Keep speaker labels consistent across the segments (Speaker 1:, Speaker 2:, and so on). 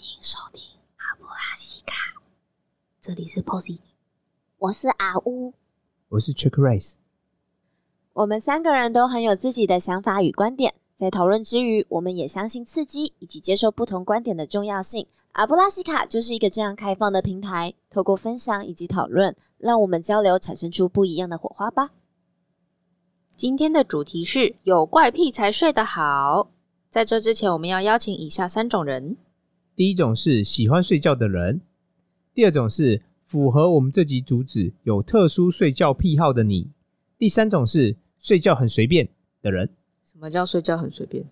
Speaker 1: 迎收听阿布拉西卡，这里是 Posy，我是阿乌。
Speaker 2: 我是 Chick Rice。
Speaker 1: 我们三个人都很有自己的想法与观点，在讨论之余，我们也相信刺激以及接受不同观点的重要性。阿布拉西卡就是一个这样开放的平台，透过分享以及讨论，让我们交流，产生出不一样的火花吧。
Speaker 3: 今天的主题是有怪癖才睡得好。在这之前，我们要邀请以下三种人：
Speaker 2: 第一种是喜欢睡觉的人，第二种是符合我们这集主旨有特殊睡觉癖好的你，第三种是睡觉很随便的人，
Speaker 3: 什么叫睡觉很随便？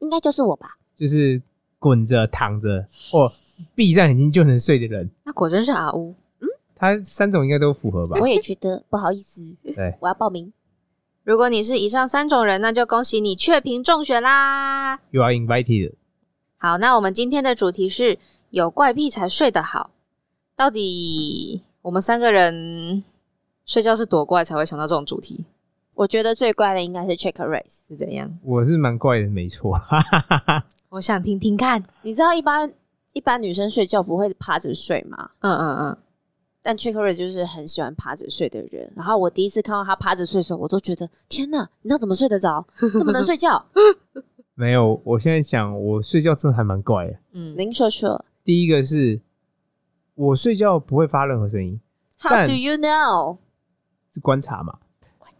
Speaker 1: 应该就是我吧？
Speaker 2: 就是滚着躺着或闭上眼睛就能睡的人。
Speaker 3: 那果真是阿乌。
Speaker 2: 他三种应该都符合吧？
Speaker 1: 我也觉得，不好意思，
Speaker 2: 对，
Speaker 1: 我要报名。
Speaker 3: 如果你是以上三种人，那就恭喜你确评中选啦！
Speaker 2: You are invited。
Speaker 3: 好，那我们今天的主题是有怪癖才睡得好。到底我们三个人睡觉是多怪才会想到这种主题
Speaker 1: 我觉得最怪的应该是 Check Race。
Speaker 3: 是怎样？
Speaker 2: 我是蛮怪的，没错。 哈哈哈哈
Speaker 3: 我想听听看。
Speaker 1: 你知道一般一般女生睡觉不会趴着睡吗？
Speaker 3: 嗯嗯嗯，
Speaker 1: 但 Chick Ray 就是很喜欢趴着睡的人。然后我第一次看到他趴着睡的时候，我都觉得天哪，你知道怎么睡得 着？这么能睡觉？
Speaker 2: 没有，我现在想，我睡觉真的还蛮怪的。
Speaker 3: 嗯，
Speaker 1: 您说说
Speaker 2: 第一个是，我睡觉不会发任何声音，
Speaker 1: ，How
Speaker 2: 但
Speaker 1: do you know？
Speaker 2: 是观察嘛，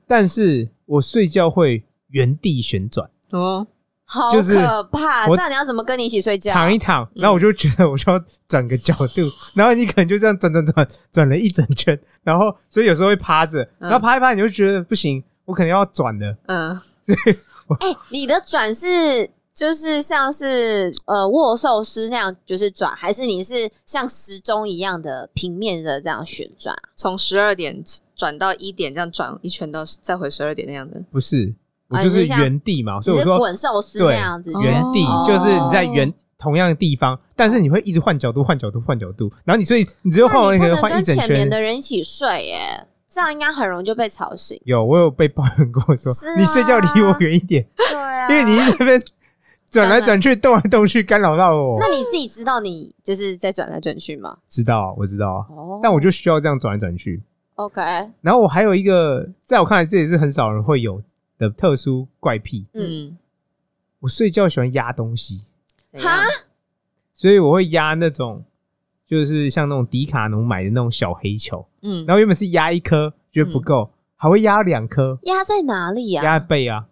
Speaker 2: 但是我睡觉会原地旋转。
Speaker 3: 哦，
Speaker 1: 好
Speaker 2: 就是
Speaker 1: 可怕！
Speaker 2: 我
Speaker 1: 那你要怎么跟你一起睡觉？
Speaker 2: 躺一躺，
Speaker 3: 嗯
Speaker 2: 然后我就觉得我就要转个角度，
Speaker 1: 嗯
Speaker 2: 然后你可能就这样转转转转了一整圈， 然后所以有时候会趴着，
Speaker 3: 嗯
Speaker 2: 然后趴一趴你就觉得不行，我可能要转了，
Speaker 3: 嗯，
Speaker 1: 哎、你的转是就是像是呃握寿司那样，就是转，还是你是像时钟一样的平面的这样旋转？
Speaker 3: 从十二点转到一点，这样转一圈到再回十二点那样的。
Speaker 2: 不是，我
Speaker 1: 啊
Speaker 2: 就
Speaker 1: 你
Speaker 2: 是
Speaker 1: 是像
Speaker 2: 原地嘛，所以
Speaker 1: 你
Speaker 2: 我
Speaker 1: 是
Speaker 2: 说
Speaker 1: 滚寿司那
Speaker 2: 对
Speaker 1: 样子
Speaker 3: 哦
Speaker 1: 旋
Speaker 2: 原地
Speaker 1: 哦
Speaker 2: 就是你在原同样的地方，但是你会一直换角度，换角度，换角度，然后你所以你只有换
Speaker 1: 那
Speaker 2: 完
Speaker 1: 你
Speaker 2: 你
Speaker 1: 不
Speaker 2: 可能
Speaker 1: 能
Speaker 2: 换一
Speaker 1: 跟
Speaker 2: 整
Speaker 1: 前面
Speaker 2: 圈。。
Speaker 1: 的人一起睡耶，这样应该很容易就被吵醒
Speaker 2: 有，我有被抱怨过说，
Speaker 1: 是
Speaker 2: 你睡觉离我
Speaker 1: 啊
Speaker 2: 远一点，
Speaker 1: 对啊
Speaker 2: 因为你一直在那边转来
Speaker 3: 当
Speaker 2: 转
Speaker 3: 然
Speaker 2: 去、动来动去，干扰到我。
Speaker 1: 那你自己知道你就是在转来转去吗？
Speaker 2: 知道啊，我知道啊，
Speaker 1: 哦
Speaker 2: 但我就需要这样转来转去。
Speaker 1: OK，
Speaker 2: 然后我还有一个，在我看来这也是很少人会有的特殊怪癖，
Speaker 3: 嗯，
Speaker 2: 我睡觉喜欢压东西，
Speaker 3: 怎样
Speaker 1: 哈
Speaker 2: 所以我会压那种就是像那种迪卡侬买的那种小黑球，
Speaker 3: 嗯，
Speaker 2: 然后原本是压一颗觉得不够，还会压两颗，
Speaker 1: 压在哪里呀、
Speaker 2: 压背啊。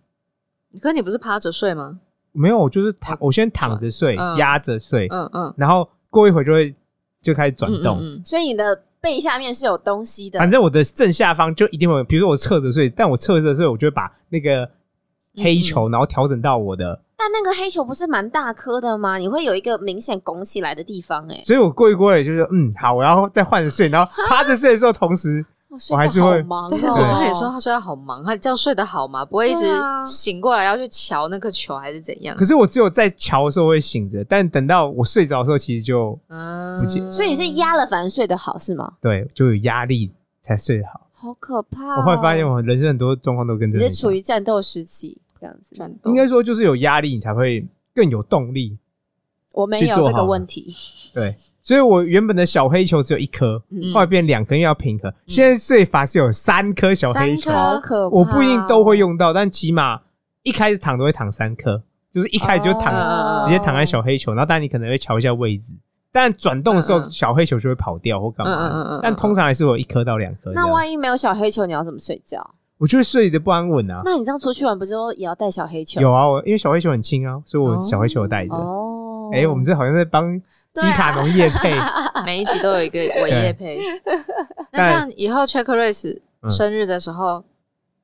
Speaker 3: 可你不是趴着睡吗？
Speaker 2: 没有，我就是躺，我先躺着睡，
Speaker 3: 嗯
Speaker 2: 压着睡，
Speaker 3: 嗯嗯，
Speaker 2: 然后过一会儿就会就开始转
Speaker 3: 嗯
Speaker 2: 动。
Speaker 3: 嗯嗯
Speaker 1: 所以你的背下面是有东西的。
Speaker 2: 反正我的正下方就一定会有，比如说我侧着睡，但我侧着睡，我就会把那个
Speaker 1: 嗯
Speaker 2: 黑球，然后调整到我的，
Speaker 1: 但那个黑球不是蛮大颗的吗？你会有一个明显拱起来的地方哎、
Speaker 2: 所以我过一过也就是嗯好，我要再换着睡，然后趴着睡的时候，同时
Speaker 1: 嗯我
Speaker 2: 还是会
Speaker 1: 忙、哦。
Speaker 3: 但是我
Speaker 2: 对啊
Speaker 3: 刚才也说他睡得好忙，他这样睡得好吗？不会一直
Speaker 1: 对啊
Speaker 3: 醒过来要去瞧那个球还是怎样
Speaker 2: 可？是我只有在瞧的时候会醒着，但等到我睡着的时候，其实就不见
Speaker 3: 嗯，
Speaker 1: 所以你是压了，反而睡得好是吗？
Speaker 2: 对就有压力才睡得好。
Speaker 1: 好可怕、
Speaker 2: 我后来发现，我人生很多状况都跟
Speaker 1: 哦你
Speaker 2: 这
Speaker 1: 是
Speaker 2: 很
Speaker 1: 处
Speaker 2: 像
Speaker 1: 于战斗时期这样子。
Speaker 3: 转动
Speaker 2: 应该说就是有压力，你才会更有动力。
Speaker 1: 我没有
Speaker 2: 去做
Speaker 1: 这个
Speaker 2: 好了
Speaker 1: 问题，
Speaker 2: 对， 所以我原本的小黑球只有一颗，
Speaker 3: 嗯
Speaker 2: 后来变两颗，因为要平衡。现在睡法是有三颗小黑球
Speaker 3: 三，颗
Speaker 1: 好可怕。
Speaker 2: 我不一定都会，用到，但起码一开始躺都会躺三颗，就是
Speaker 1: 嗯
Speaker 2: 一开始就躺
Speaker 3: 哦
Speaker 2: 直接躺在小黑球，然后但你可能会瞧一下位置，但转动的时候、
Speaker 3: 嗯嗯
Speaker 2: 小黑球就会跑掉或干嘛的，
Speaker 3: 嗯嗯嗯嗯嗯
Speaker 2: 但通常还是会有一颗到两颗这
Speaker 1: 那
Speaker 2: 样。
Speaker 1: 万一没有小黑球，你要怎么睡觉？
Speaker 2: 我就会睡得不安稳啊。
Speaker 1: 那你这样出去玩，不就也要带小黑球？
Speaker 2: 有啊，我因为小黑球很轻啊，所以我小黑球有带着。哎、
Speaker 1: 哦。
Speaker 2: 我们这好像在帮
Speaker 1: 迪
Speaker 3: 啊
Speaker 2: 迪卡侬业 配，
Speaker 3: 每一集都有一个尾夜配。
Speaker 1: 嗯
Speaker 3: 那
Speaker 2: 但
Speaker 3: 像以后 Check Race
Speaker 2: 嗯
Speaker 3: 生日的时候，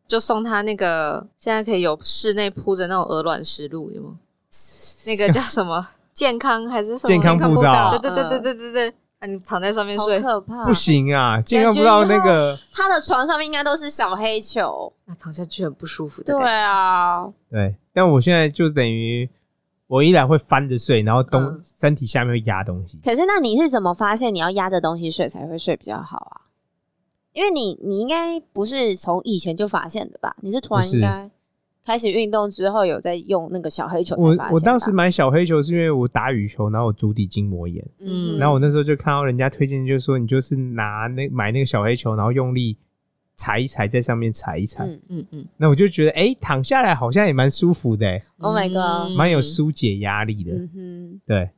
Speaker 3: 就送他那个现在可以有室内铺着那种鹅卵石路，有吗？那个叫什么健康还是什么
Speaker 2: 健康步道
Speaker 3: 对对对对对对对，那你躺在上面
Speaker 1: 嗯好
Speaker 3: 睡，
Speaker 1: 可怕
Speaker 2: 不！行啊，健
Speaker 1: 感
Speaker 2: 康
Speaker 1: 觉
Speaker 2: 不到
Speaker 1: 以
Speaker 2: 那
Speaker 1: 后
Speaker 2: 个。
Speaker 1: 他的床上面应该都是小黑球。
Speaker 3: 那躺下去很不舒服的
Speaker 1: 对
Speaker 3: 感觉。
Speaker 1: 啊，
Speaker 2: 对，但我现在就等于我依然会翻着睡，然后东、
Speaker 3: 嗯
Speaker 2: 身体下面会压东西。
Speaker 1: 可是那你是怎么发现你要压着东西睡才会睡比较好啊？因为你你应该不是从以前就发现的吧？你是突然
Speaker 2: 不是
Speaker 1: 应该开始运动之后有在用那个小黑球才发
Speaker 2: 我
Speaker 1: 现吧。啊
Speaker 2: 我当时买小黑球是因为我打羽球，然后我足底筋膜炎，
Speaker 1: 嗯，
Speaker 2: 然后我那时候就看到人家推荐，就是说你就是拿那买那个小黑球，然后用力踩一踩，在上面踩一踩，
Speaker 1: 嗯
Speaker 3: 嗯嗯
Speaker 2: 那我就觉得哎、诶躺下来好像也蛮舒服的、诶
Speaker 1: ，Oh my god，
Speaker 2: 蛮有疏解压力的。
Speaker 1: 嗯
Speaker 2: 对，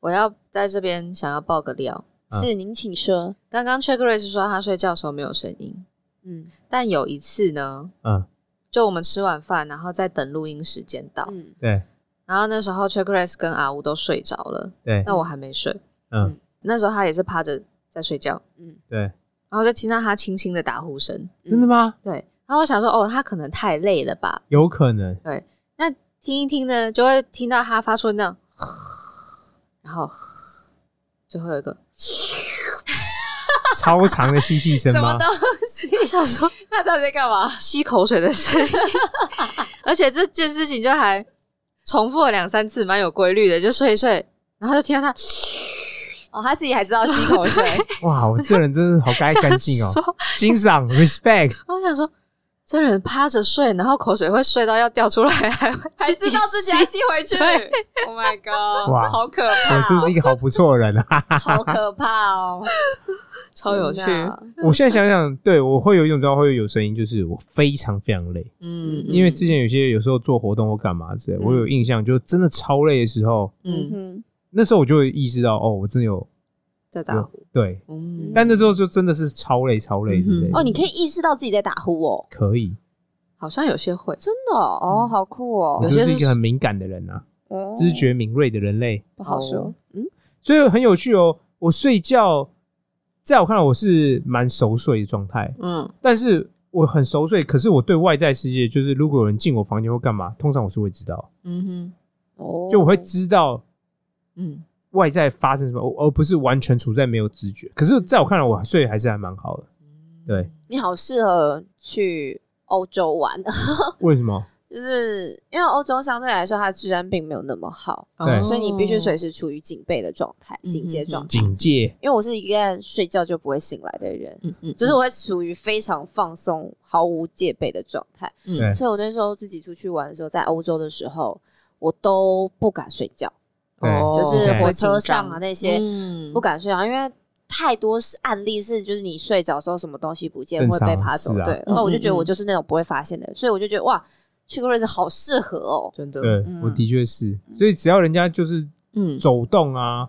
Speaker 3: 我要在这边想要爆个料，
Speaker 2: 啊
Speaker 1: 哼，是您请说，
Speaker 3: 刚刚 Check Race 说他睡觉的时候没有声音，
Speaker 1: 嗯
Speaker 3: 但有一次呢，
Speaker 2: 嗯，
Speaker 3: 就我们吃晚饭，然后在等录音时间到，
Speaker 1: 嗯
Speaker 2: 对
Speaker 3: 然后那时候 Check Race 跟阿乌都睡着了，
Speaker 2: 对
Speaker 3: 那我还没睡，
Speaker 2: 嗯
Speaker 3: 那时候他也是趴着在睡觉，
Speaker 1: 嗯，
Speaker 2: 对，
Speaker 3: 然后就听到他轻轻的打呼声，
Speaker 2: 真的吗？
Speaker 3: 对，然后我想说哦，他可能太累了吧，
Speaker 2: 有可能，
Speaker 3: 那听一听呢，就会听到他发出那种， 然后 最后有一个，
Speaker 2: 超长的吸气声
Speaker 1: 什么
Speaker 2: 吗？
Speaker 1: 东西？
Speaker 3: 我想说
Speaker 1: 他到底在干嘛？
Speaker 3: 吸口水的声音， 而且这件事情就还重复了两三次，蛮有规律的，就睡一睡，然后就听到他
Speaker 1: 哦，他自己还知道吸口水，
Speaker 2: 哇，我这人真的好该干净哦，
Speaker 3: 想说
Speaker 2: 欣赏 respect，
Speaker 3: 我想说，这人趴着睡，然后口水会睡到要掉出来，还会
Speaker 1: 还
Speaker 3: 自
Speaker 1: 知
Speaker 3: 己
Speaker 1: 道自己要
Speaker 3: 吸
Speaker 1: 吸回 去。Oh my god，
Speaker 2: 哇
Speaker 1: 好可怕
Speaker 2: 我是不
Speaker 1: 哦，
Speaker 2: 是一个好不错的人啊？
Speaker 1: 好可怕哦，
Speaker 3: 超有趣。嗯
Speaker 1: 天哪
Speaker 2: 我现在想想，对我会有一种状况会有声音，就是我非常非常累，
Speaker 3: 嗯，
Speaker 2: 因为之前有些有时候做活动或干嘛之类，我有印象，就真的超累的时候，
Speaker 1: 嗯
Speaker 3: 嗯
Speaker 1: 哼，
Speaker 2: 那时候我就会意识到，哦，我真的有
Speaker 3: 在打呼，
Speaker 2: 对，
Speaker 3: 嗯，
Speaker 2: 但那时候就真的是超累超累之类
Speaker 3: 嗯
Speaker 2: 的
Speaker 1: 哦，你可以意识到自己在打呼哦，
Speaker 2: 可以，
Speaker 3: 好像有些会，
Speaker 1: 真的哦，哦好酷
Speaker 2: 我
Speaker 1: 哦，
Speaker 2: 就
Speaker 3: 有些
Speaker 2: 是一
Speaker 3: 是
Speaker 2: 个很敏感的人啊，
Speaker 1: 哦
Speaker 2: 知觉敏锐的人类，
Speaker 1: 不好
Speaker 3: 哦
Speaker 1: 说，嗯，
Speaker 2: 所以很有趣哦。我睡觉，在我看来我是蛮熟睡的状态，
Speaker 3: 嗯
Speaker 2: 但是我很熟睡，可是我对外在世界，就是如果有人进我房间或干嘛，通常我是会知道，
Speaker 3: 嗯哼，
Speaker 1: 哦，
Speaker 2: 就我会知道
Speaker 3: 嗯
Speaker 2: 外在发生什么，而而不是完全处在没有知觉。可是在我看来，我睡得还是还蛮好的。对，
Speaker 1: 你好适合去欧洲玩，哦
Speaker 2: 为什么？
Speaker 1: 就是因为欧洲相对来说它治安并没有那么好，
Speaker 3: 哦
Speaker 2: 对
Speaker 1: 所以你必须随时处于警备的状态、
Speaker 3: 嗯
Speaker 1: 警戒状态。
Speaker 2: 警戒，
Speaker 1: 因为我是一个睡觉就不会醒来的人，
Speaker 3: 嗯嗯，
Speaker 1: 就是我会处于非常放松、毫无戒备的状态。
Speaker 3: 嗯
Speaker 2: 对
Speaker 1: 所以我那时候自己出去玩的时候，在欧洲的时候，我都不敢睡觉，
Speaker 2: 对
Speaker 3: 哦
Speaker 1: 就是火车上
Speaker 3: 会紧
Speaker 1: 啊
Speaker 3: 张
Speaker 1: 那些
Speaker 3: 嗯
Speaker 1: 不敢睡啊，因为。太多是案例是，就是你睡着的时候什么东西不见
Speaker 2: 正
Speaker 1: 会
Speaker 2: 常
Speaker 1: 被爬走，
Speaker 2: 是啊
Speaker 1: 对。哦那我就觉得
Speaker 3: 嗯嗯
Speaker 1: 我就是那种不会发现的人，所以我就觉得哇，去过瑞士好适合哦。
Speaker 3: 真的，
Speaker 2: 对
Speaker 1: 嗯
Speaker 2: 我的确是。所以只要人家就是
Speaker 3: 嗯，
Speaker 2: 走动啊，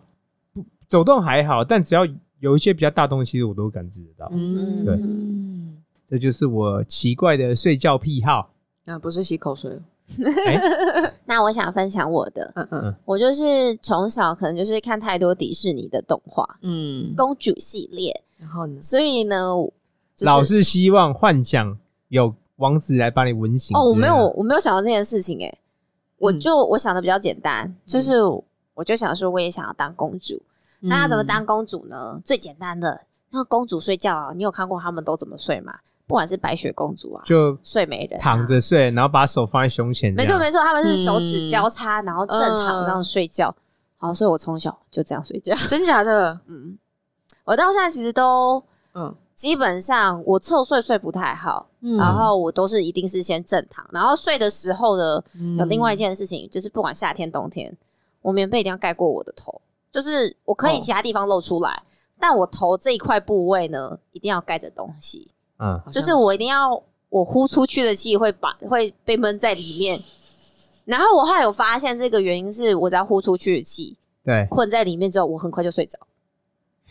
Speaker 2: 不走动还好，但只要有一些比较大东西，我都感知得到。
Speaker 3: 嗯，
Speaker 1: 对
Speaker 3: 嗯，
Speaker 2: 这就是我奇怪的睡觉癖好。
Speaker 3: 那啊不是洗口水，
Speaker 2: 哎、
Speaker 1: 那我想分享我的，
Speaker 3: 嗯嗯
Speaker 1: 我就是从小可能就是看太多迪士尼的动画
Speaker 3: 嗯，
Speaker 1: 公主系列，
Speaker 3: 然后呢？
Speaker 1: 所以呢，就是、
Speaker 2: 老是希望幻想有王子来把你吻醒。
Speaker 1: 哦，我没有，
Speaker 2: 嗯
Speaker 1: 我没有想到这件事情哎、我
Speaker 3: 嗯
Speaker 1: 就、我想的比较简单，就是我就想说我也想要当公主，
Speaker 3: 嗯
Speaker 1: 那要怎么当公主呢？最简单的，那公主睡觉啊，你有看过他们都怎么睡吗？不管是白雪公主啊，
Speaker 2: 就
Speaker 1: 睡美人、
Speaker 2: 躺。着睡，然后把手放在胸前。
Speaker 1: 没错没错，
Speaker 2: 错。
Speaker 1: 他们是手指交叉，然后正躺
Speaker 3: 嗯
Speaker 1: 这样睡觉。好，所以我从小就这样睡觉。
Speaker 3: 嗯？真假的？
Speaker 1: 嗯，我到现在其实都
Speaker 3: 嗯
Speaker 1: 基本上我侧睡睡不太好，
Speaker 3: 嗯
Speaker 1: 然后我都是一定是先正躺，然后睡的时候呢，
Speaker 3: 嗯
Speaker 1: 有另外一
Speaker 3: 件，
Speaker 1: 件事情、就是不管夏天冬天，我棉被一定要盖过我的头，就是我可以
Speaker 3: 哦
Speaker 1: 其他地方露出来，但我头这一块部位呢一定要盖着东西，
Speaker 2: 嗯，
Speaker 3: 好像
Speaker 1: 就是我一定要我呼出去的气会把会被闷在里面。然后我后来有发现，这个原因是我只要呼出去的气
Speaker 2: 对，
Speaker 1: 困在里面之后，我很快就睡着，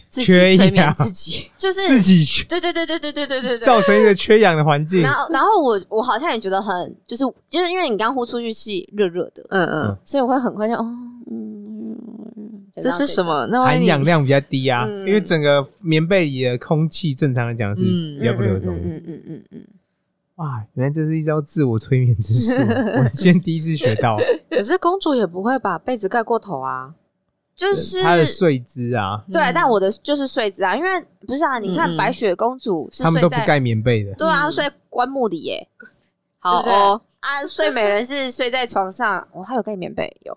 Speaker 3: 自己
Speaker 2: 缺
Speaker 3: 催眠
Speaker 2: 氧
Speaker 3: 自己，
Speaker 1: 就是
Speaker 2: 自己
Speaker 1: 对对对对对对对对对。
Speaker 2: 造成一个缺氧的环境
Speaker 1: 然。后，然后我我好像也觉得很，就是就是因为你刚呼出去气热热的，
Speaker 3: 嗯嗯，
Speaker 1: 所以我会很快就哦，嗯，嗯
Speaker 3: 这是什？ 么？那万
Speaker 2: 含
Speaker 3: 一
Speaker 2: 氧量比较低啊，
Speaker 1: 嗯
Speaker 2: 因为整个棉被里的空气，正常来讲是
Speaker 3: 嗯
Speaker 2: 比较不流通的。
Speaker 1: 嗯嗯嗯嗯
Speaker 2: 哇，原来这是一招自我催眠之术，啊我今天第一次学到。
Speaker 3: 可是公主也不会把被子盖过头啊。
Speaker 1: 就是
Speaker 2: 她的睡姿啊，
Speaker 1: 对，
Speaker 3: 嗯
Speaker 1: 但我的就是睡姿啊，因为不是啊，你
Speaker 3: 嗯
Speaker 1: 看
Speaker 3: 嗯
Speaker 1: 白雪公主是
Speaker 2: 他们
Speaker 1: 睡
Speaker 2: 都不
Speaker 1: 在
Speaker 2: 盖棉被的。
Speaker 1: 对啊，
Speaker 3: 嗯
Speaker 1: 睡棺木里耶
Speaker 3: 好
Speaker 1: 对不对
Speaker 3: 哦，
Speaker 1: 啊，睡美人是睡在床上，我还有盖棉被有，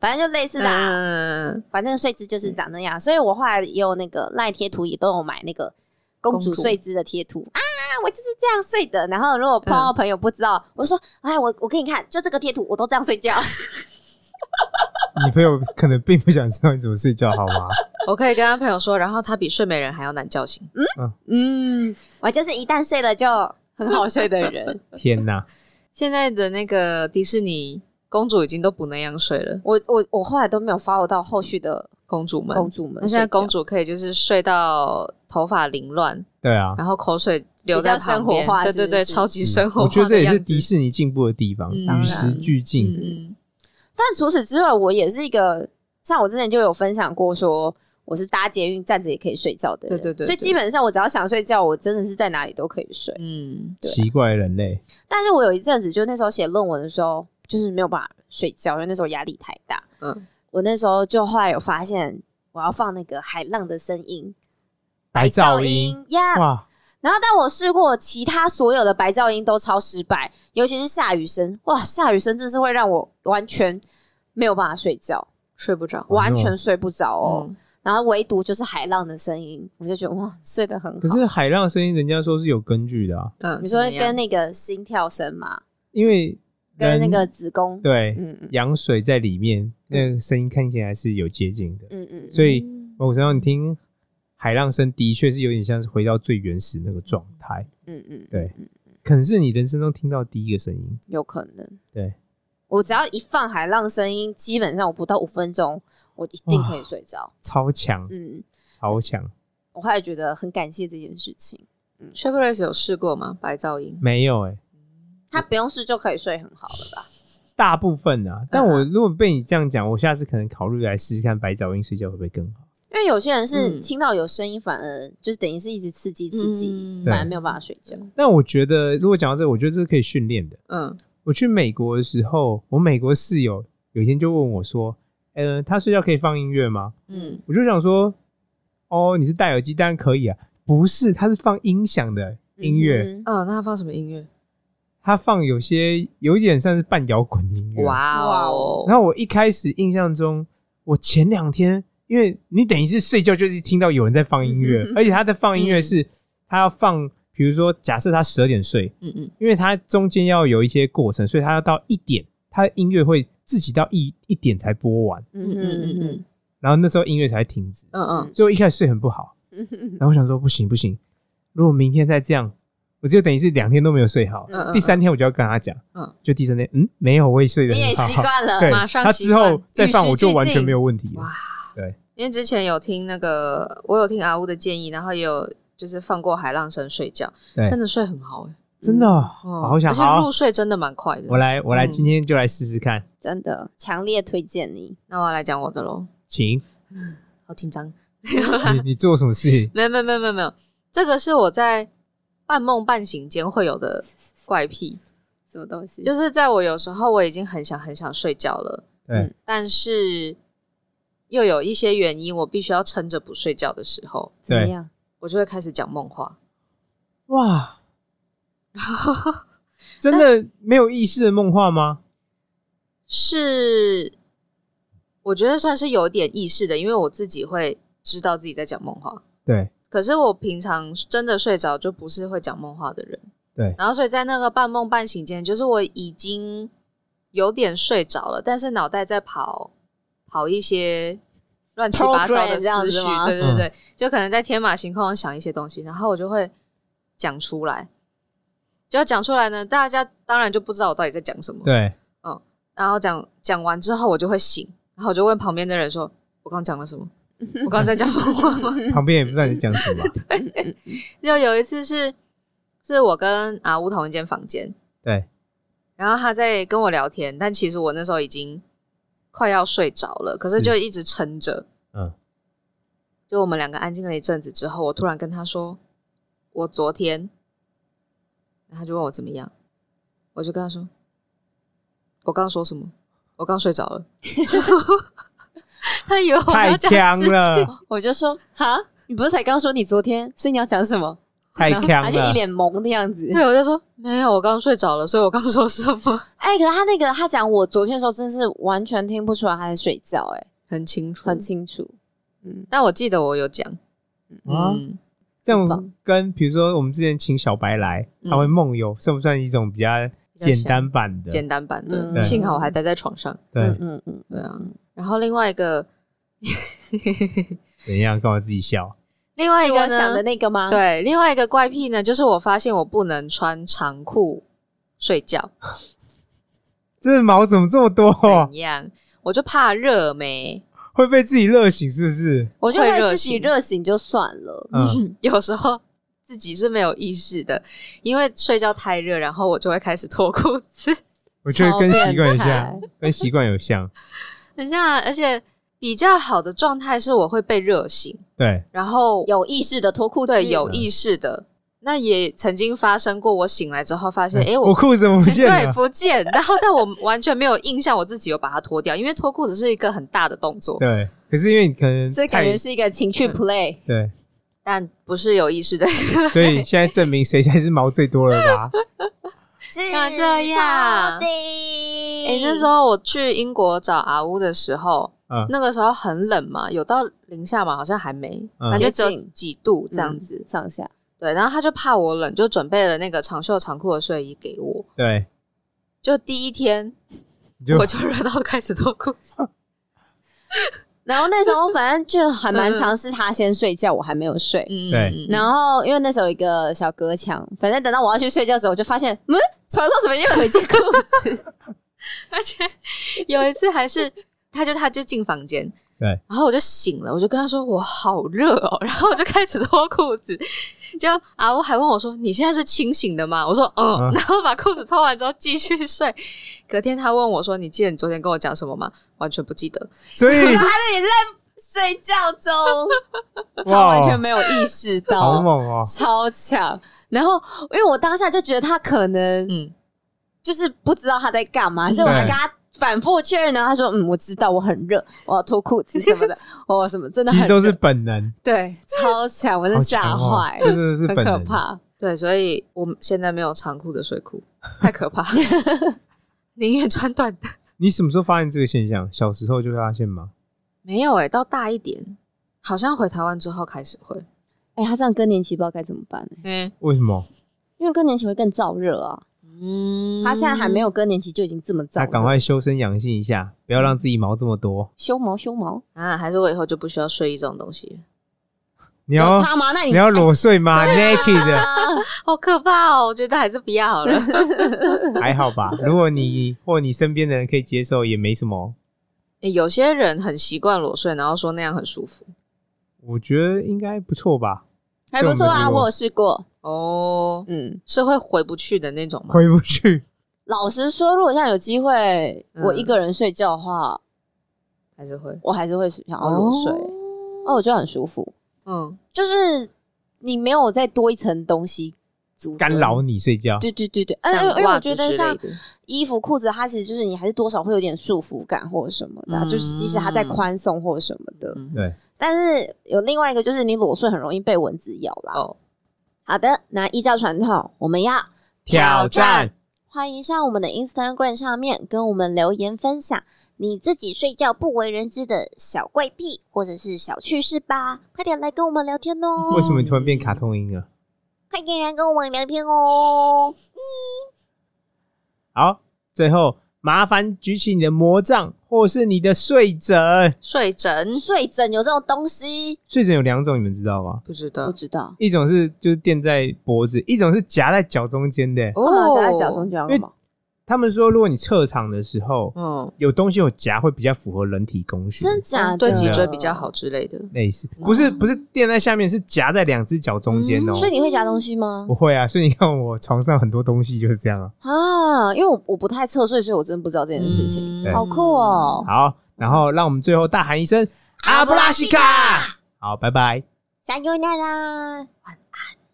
Speaker 1: 反正就类似的啊，
Speaker 3: 嗯，
Speaker 1: 反正睡姿就是长那样，所以我后来也有那个赖贴图，也都有买那个公
Speaker 3: 公
Speaker 1: 主
Speaker 3: 主
Speaker 1: 睡姿的贴图啊，我就是这样睡的。然后如果碰到朋友不知道，我说哎，我我给你看，就这个贴图，我都这样睡觉。
Speaker 2: 你朋友可能并不想知道你怎么睡觉，好吗？
Speaker 3: 我可以跟他朋友说，然后他比睡美人还要难叫醒。
Speaker 1: 嗯，我就是一旦睡了就很好睡的 人。
Speaker 2: 天哪，
Speaker 3: 现在的那个迪士尼公主已经都不那样睡了，
Speaker 1: 我我我后来都没有 follow 到后续的
Speaker 3: 公主们。
Speaker 1: 公主们
Speaker 3: 那
Speaker 1: 睡觉，
Speaker 3: 现在公主可以就是睡到头发凌乱，
Speaker 2: 对啊，
Speaker 3: 然后口水流在
Speaker 1: 比较生
Speaker 3: 旁边
Speaker 1: 活化
Speaker 3: 对
Speaker 1: 是不
Speaker 3: 对对，
Speaker 1: 是
Speaker 3: 超级生活
Speaker 2: 嗯
Speaker 3: 化
Speaker 2: 我觉得这也是
Speaker 3: 的样子
Speaker 2: 迪士尼进步的地方，
Speaker 3: 嗯
Speaker 2: 与时俱进。
Speaker 3: 嗯嗯，
Speaker 1: 但除此之外，我也是一个像我之前就有分享过说。我是搭捷运站着也可以睡觉的人，
Speaker 3: 对对对
Speaker 1: 所以
Speaker 3: 对
Speaker 1: 基本上我只要想睡觉，我真的是在哪里都可以睡。
Speaker 3: 嗯，
Speaker 1: 对
Speaker 2: 奇怪的人类，
Speaker 1: 但是我有一阵子，就那时候写论文的时候，就是没有办法睡觉，因为那时候压力太大。
Speaker 3: 嗯，
Speaker 1: 我那时候就后来有发现，我要放那个海浪的声音，
Speaker 2: 白噪音，
Speaker 1: 呀。Yeah
Speaker 2: 哇，
Speaker 1: 然后，但我试过其他所有的白噪音都超失败，尤其是下雨声，哇，下雨声真是会让我完全没有办法睡觉，
Speaker 3: 睡不着。
Speaker 2: 哇
Speaker 1: 完全睡不着哦。
Speaker 3: 哦，
Speaker 1: 然后唯独就是海浪的声音，我就觉得哇，睡得很好。
Speaker 2: 可是海浪声音，人家说是有根据的啊，
Speaker 3: 嗯，
Speaker 1: 你说
Speaker 3: 怎么样
Speaker 1: 跟那个心跳声嘛，
Speaker 2: 因为
Speaker 1: 跟那
Speaker 2: 人
Speaker 1: 个子宫，
Speaker 2: 对
Speaker 1: 嗯嗯
Speaker 2: 羊水在里面，那个声音看起来是有接近的。
Speaker 1: 嗯嗯，
Speaker 2: 所以某种程度你听海浪声，的确是有点像是回到最原始那个状态，
Speaker 1: 嗯嗯，
Speaker 2: 对可能是你人生中听到第一个声音。
Speaker 1: 有可能。
Speaker 2: 对，
Speaker 1: 我只要一放海浪声音，基本上我不到五分钟，我一定可以睡着。
Speaker 2: 超强，
Speaker 1: 嗯，
Speaker 2: 超强，
Speaker 1: 我后来觉得很感谢这件事情，
Speaker 3: s h a k r a c e 有试过吗？白噪音，
Speaker 2: 没有哎、
Speaker 1: 他不用试就可以睡很好了吧？
Speaker 2: 大部分啊，但
Speaker 3: 嗯
Speaker 2: 我如果被你这样讲，我下次可能考虑来试试看白噪音睡觉会不会更好。
Speaker 1: 因为有些人是
Speaker 3: 嗯
Speaker 1: 听到有声音，反而就是等于是一直刺激刺激，
Speaker 3: 嗯
Speaker 2: 对
Speaker 1: 反而没有办法睡觉。嗯
Speaker 2: 但我觉得，如果讲到这个，我觉得这是可以训练的。
Speaker 3: 嗯，
Speaker 2: 我去美国的时候，我美国室友有一天就问我说：“呃，他睡觉可以放音乐吗？”
Speaker 3: 嗯，
Speaker 2: 我就想说，哦，你是戴耳机，当然可以啊。不是，他是放音响的音乐，
Speaker 1: 嗯
Speaker 3: 哦，那他放什么音乐？
Speaker 2: 他放有些有一点像是半摇滚音乐。！
Speaker 3: 哇
Speaker 1: 哇
Speaker 3: 哦
Speaker 1: 哦，
Speaker 2: 然后我一开始印象中，我前两天，因为你等于是睡觉就是听到有人在放音乐，
Speaker 1: 嗯
Speaker 2: 而且他在放音乐
Speaker 3: 嗯
Speaker 2: 是、他要放，比如说假设他十二点睡，
Speaker 3: 嗯嗯
Speaker 2: 因为它中间要有一些过程，所以它要到一点，它的音乐会自己到一一点才播完，
Speaker 1: 嗯
Speaker 3: 嗯
Speaker 1: 嗯
Speaker 3: 嗯
Speaker 1: 嗯
Speaker 3: 嗯
Speaker 2: 然后那时候音乐才停止。
Speaker 3: 嗯嗯
Speaker 2: 所以我一开始睡很不好，
Speaker 1: 嗯嗯
Speaker 2: 然后我想说不行不行，如果明天再这样，我就等于是两天都没有睡好。
Speaker 3: 嗯嗯，
Speaker 2: 第三天我就要跟他讲，
Speaker 3: 嗯
Speaker 2: 就第三天，嗯，没有，我也睡得
Speaker 1: 你也
Speaker 2: 很好。
Speaker 1: 习惯了，
Speaker 2: 对，
Speaker 3: 马上
Speaker 2: 他
Speaker 3: 习
Speaker 2: 之后
Speaker 3: 惯
Speaker 2: 再
Speaker 3: 与
Speaker 2: 放
Speaker 3: 时
Speaker 2: 我就
Speaker 3: 俱
Speaker 2: 完全
Speaker 3: 进
Speaker 2: 没有问题了。
Speaker 3: 哇，
Speaker 2: 对，
Speaker 3: 因为之前有听那个，我有听阿乌的建议，然后也有就是放过海浪声睡觉，
Speaker 2: 对
Speaker 3: 真的睡很好哎，
Speaker 2: 真的哦，
Speaker 3: 嗯
Speaker 2: 好想
Speaker 3: 而且
Speaker 2: 好
Speaker 3: 入，睡真的蛮快的。
Speaker 2: 我，来我来，
Speaker 3: 嗯
Speaker 2: 今天就来试试看，
Speaker 1: 真的强烈推荐你。
Speaker 3: 那我来讲我的喽，
Speaker 2: 请
Speaker 3: 好紧张。哦
Speaker 2: 你你做什么事情？
Speaker 3: 没有没有没有没有没有，这个是我在半梦半醒间会有的怪癖，
Speaker 1: 什么东西？就
Speaker 3: 就是在我有时候我已经很想很想睡觉了，
Speaker 2: 对
Speaker 1: 嗯，
Speaker 3: 但是又有一些原因，我必须要撑着不睡觉的时候，
Speaker 1: 怎么样？
Speaker 3: 我就会开始讲梦话。
Speaker 2: 哇，真的没有意识的梦话吗？
Speaker 3: 是，我觉得算是有点意识的，因为我自己会知道自己在讲梦话。
Speaker 2: 对
Speaker 3: 可是我平常真的睡着就不是会讲梦话的人，
Speaker 2: 对
Speaker 3: 然后所以在那个半梦半醒间，就是我已经有点睡着了，但是脑袋在跑跑一些乱七八糟
Speaker 1: Program
Speaker 3: 的
Speaker 1: 这样
Speaker 3: 思绪
Speaker 1: 子吗，
Speaker 3: 对对
Speaker 2: 嗯
Speaker 3: 对，就可能在天马行空地想一些东西，然后我就会讲出来。就要讲出来呢，大家当然就不知道我到底在讲什么。
Speaker 2: 对，
Speaker 3: 然后讲讲完之后，我就会醒，然后我就问旁边的人说：“我刚讲了什么？我刚在讲梦话吗？”
Speaker 2: 旁边也不知道你讲 什么。
Speaker 3: 就有一次是是我跟阿乌同一间房间，
Speaker 2: 对，
Speaker 3: 然后他在跟我聊天，但其实我那时候已经快要睡着了，可是
Speaker 2: 是
Speaker 3: 就一直撑着。
Speaker 2: 嗯，
Speaker 3: 就我们两个安静了一阵子之后，我突然跟他说：“我昨天。”然后他就问我怎么样，我就跟他说：“我刚刚说什么？我刚睡着了。”他以为我
Speaker 2: 太
Speaker 3: 要讲
Speaker 2: 强
Speaker 3: 事情，
Speaker 2: 了，
Speaker 1: 哦我就说哈，你不是才刚说你昨天，所以你要讲什么？
Speaker 2: 太强
Speaker 1: 而且一
Speaker 2: 了，
Speaker 1: 脸懵的样子。
Speaker 3: 对，我就说没有，我刚睡着了，所以我刚说什么
Speaker 1: 哎、可是他那个他讲我昨天的时候，真是完全听不出来他在睡觉、哎，
Speaker 3: 很清楚，
Speaker 1: 很清楚。嗯，
Speaker 3: 但我记得我有讲，
Speaker 2: 啊
Speaker 3: 嗯，
Speaker 2: 这
Speaker 1: 很
Speaker 2: 样
Speaker 1: 棒
Speaker 2: 跟比如说我们之前请小白来，他
Speaker 3: 嗯
Speaker 2: 会梦游，算不算一种比较
Speaker 3: 较像
Speaker 2: 简单版的？
Speaker 3: 简单版的。
Speaker 1: 嗯
Speaker 3: 幸好我还待在床上。
Speaker 1: 嗯
Speaker 2: 对，
Speaker 1: 嗯嗯，
Speaker 3: 对啊，然后另外一个，
Speaker 2: 怎样？干嘛自己笑？
Speaker 3: 另外一
Speaker 1: 是
Speaker 3: 个
Speaker 1: 我想的
Speaker 3: 呢？
Speaker 1: 那个吗？，
Speaker 3: 对，另外一个怪癖呢，就是我发现我不能穿长裤睡觉，
Speaker 2: 这毛怎么这么多？
Speaker 3: 怎样？我就怕热没，
Speaker 2: 会被自己热醒是不是？
Speaker 1: 我觉
Speaker 3: 会
Speaker 1: 得
Speaker 3: 热
Speaker 1: 自己
Speaker 3: 醒
Speaker 1: 热醒就算了。
Speaker 2: 嗯，
Speaker 3: 有时候自己是没有意识的，因为睡觉太热，然后我就会开始脱裤子。
Speaker 2: 我觉得跟
Speaker 1: 超变
Speaker 2: 习惯一
Speaker 1: 态
Speaker 2: 下，跟习惯有像。
Speaker 3: 等一下，啊而且比较好的状态是我会被热醒，
Speaker 2: 对，
Speaker 3: 然后
Speaker 1: 有意识的脱裤子，
Speaker 3: 对有意识的。那也曾经发生过，我醒来之后发现，
Speaker 1: 哎
Speaker 3: 诶，
Speaker 2: 哎我裤子怎么不见
Speaker 3: 对
Speaker 2: 了？
Speaker 3: 不见，然后但我完全没有印象，我自己有把它脱掉，因为脱裤子是一个很大的动作，
Speaker 2: 对，可是因为你可能
Speaker 1: 这
Speaker 2: 太
Speaker 1: 感觉是一个情趣
Speaker 3: 嗯
Speaker 1: play。
Speaker 2: 对，
Speaker 3: 但不是有意识的。
Speaker 2: 所以现在证明谁才是毛最多了 吧？
Speaker 1: 像
Speaker 3: 这样
Speaker 1: 哎
Speaker 3: 诶，那时候我去英国找阿乌的时候，
Speaker 2: 嗯
Speaker 3: 那个时候很冷嘛，有到零下嘛，好像还没，
Speaker 2: 嗯
Speaker 3: 反正只有
Speaker 1: 接近嗯
Speaker 3: 几度这样子。
Speaker 1: 上下，
Speaker 3: 对，然后他就怕我冷，就准备了那个长袖长裤的睡衣给我。
Speaker 2: 对，
Speaker 3: 就第一天，
Speaker 2: 你就
Speaker 3: 我就 热到开始脱裤子。
Speaker 1: 然后那时候反正就还蛮尝试他先睡觉，我还没有睡。
Speaker 3: 嗯，
Speaker 2: 对
Speaker 3: 嗯
Speaker 1: 然后因为那时候有一个小隔墙，反正等到我要去睡觉的时候，我就发现，嗯，床上怎么又有一件裤 子？
Speaker 3: 而且有一次还是，他就他就进房间，
Speaker 2: 对
Speaker 3: 然后我就醒了，我就跟他说我好热哦， 然后我就开始脱裤子，就啊，我还问我说你现在是清醒的吗？我说嗯，
Speaker 2: 嗯
Speaker 3: 然后把裤子脱完之后继续睡。隔天他问我说你记得你昨天跟我讲什么吗？完全不记得，
Speaker 2: 所 以
Speaker 1: 他也在睡觉 中，他
Speaker 2: 哇
Speaker 1: 完全
Speaker 2: 哦，
Speaker 1: 没有意识
Speaker 2: 好
Speaker 1: 到，
Speaker 2: 猛哦！
Speaker 1: 超强。然后因为我当下就觉得他可能
Speaker 3: 嗯，
Speaker 1: 就是不知道他在干嘛，所以我还跟他反复确认呢。他说：“嗯，我知道，我很热，我要脱裤子什么的，我什么真的
Speaker 2: 其实
Speaker 1: 很
Speaker 2: 都是
Speaker 1: 热
Speaker 2: 本能，
Speaker 1: 对， 超强，我真
Speaker 2: 好
Speaker 1: 的吓
Speaker 2: 强哦
Speaker 1: 坏，
Speaker 2: 这真的是
Speaker 1: 很
Speaker 2: 本
Speaker 1: 可
Speaker 2: 能。
Speaker 1: 怕。
Speaker 3: 对，所以我现在没有长裤的睡裤，太可怕， 宁愿穿短的。
Speaker 2: 你什么时候发现这个现象？小时候就发现吗？
Speaker 3: 没有诶、欸到大一点，好像回台湾之后开始会，
Speaker 1: 哎、他这样更年期不知道该怎么办、欸，
Speaker 3: 嗯
Speaker 2: 为什么？
Speaker 1: 因为更年期会更燥热啊。
Speaker 3: 嗯
Speaker 1: 他现在还没有更年期就已经这么燥
Speaker 2: 他
Speaker 1: 热，
Speaker 2: 赶快修身养性一下，不要让自己毛这么多。
Speaker 1: 修毛修毛，
Speaker 3: 啊，还是我以后就不需要睡衣这种东西，
Speaker 2: 你要
Speaker 1: 有差吗？那你
Speaker 2: 你要裸睡吗 ？Naked 的
Speaker 1: 啊，
Speaker 3: 好可怕哦！我觉得还是不要好 了。
Speaker 2: 还好吧？如果你或你身边的人可以接受，也没什么。
Speaker 3: 欸有些人很习惯裸睡，然后说那样很舒服
Speaker 2: 我觉得应该不错吧，
Speaker 1: 还不错啊，
Speaker 2: 这我没试过
Speaker 1: 我有试过。
Speaker 3: 哦，
Speaker 1: 嗯，
Speaker 3: 是会回不去的那种吗？
Speaker 2: 回不去。
Speaker 1: 老实说，如果现在有机会，
Speaker 3: 嗯
Speaker 1: 我一个人睡觉的话，
Speaker 3: 还是会
Speaker 1: 我还是会想要裸睡，哦，我觉得很舒服。
Speaker 3: 嗯，
Speaker 1: 就是你没有再多一层东西阻隔
Speaker 2: 干扰。你睡觉。
Speaker 1: 对对对对，嗯，因
Speaker 3: 像
Speaker 1: 为我
Speaker 3: 袜
Speaker 1: 觉
Speaker 3: 子
Speaker 1: 得
Speaker 3: 之类
Speaker 1: 像
Speaker 3: 的。
Speaker 1: 衣服、裤子，它其实就是你还是多少会有点束缚感或者什么的啊、
Speaker 3: 嗯
Speaker 1: 就是即使它再宽松或者什么的。
Speaker 3: 嗯
Speaker 2: 对，
Speaker 1: 但是有另外一个就是你裸睡很容易被蚊子咬啦。
Speaker 3: 哦，
Speaker 1: 好的，那依照传统，我们要
Speaker 2: 挑战。
Speaker 1: 欢迎上我们的 Instagram 上面跟我们留言分享你自己睡觉不为人知的小怪癖或者是小趣事吧，快点来跟我们聊天哦。
Speaker 2: 为什么你突然变卡通音了？
Speaker 1: 快点来跟我们聊天哦！
Speaker 2: 好，最后麻烦举起你的魔杖或是你的睡枕。
Speaker 3: 睡枕
Speaker 1: 睡枕有这种东西？
Speaker 2: 睡枕有两种，你们知道吗？
Speaker 3: 不知
Speaker 1: 不
Speaker 3: 道
Speaker 1: 知道，
Speaker 2: 一种是就是垫在脖子，一种是夹在脚中间的。
Speaker 3: 哦
Speaker 1: 干嘛夹哦在脚中间干嘛？
Speaker 2: 他们说，如果你侧躺的时候
Speaker 3: 嗯，
Speaker 2: 有东西有夹，会比较符合人体工学，
Speaker 1: 真假的？
Speaker 3: 对脊椎比较好之类的。
Speaker 2: 类似，不是不是垫在下面，是夹在两只脚中间哦。
Speaker 1: 嗯所以你会夹东西吗
Speaker 2: 不？会啊，所以你看我床上很多东西就是这样啊。
Speaker 1: 啊，因为我我不太侧睡，所以我真的不知道这件事情。
Speaker 3: 嗯
Speaker 2: 对
Speaker 1: 好酷！哦！
Speaker 2: 好，然后让我们最后大喊一声阿布拉西卡。好，拜拜。
Speaker 1: 加油，娜娜。
Speaker 3: 晚安。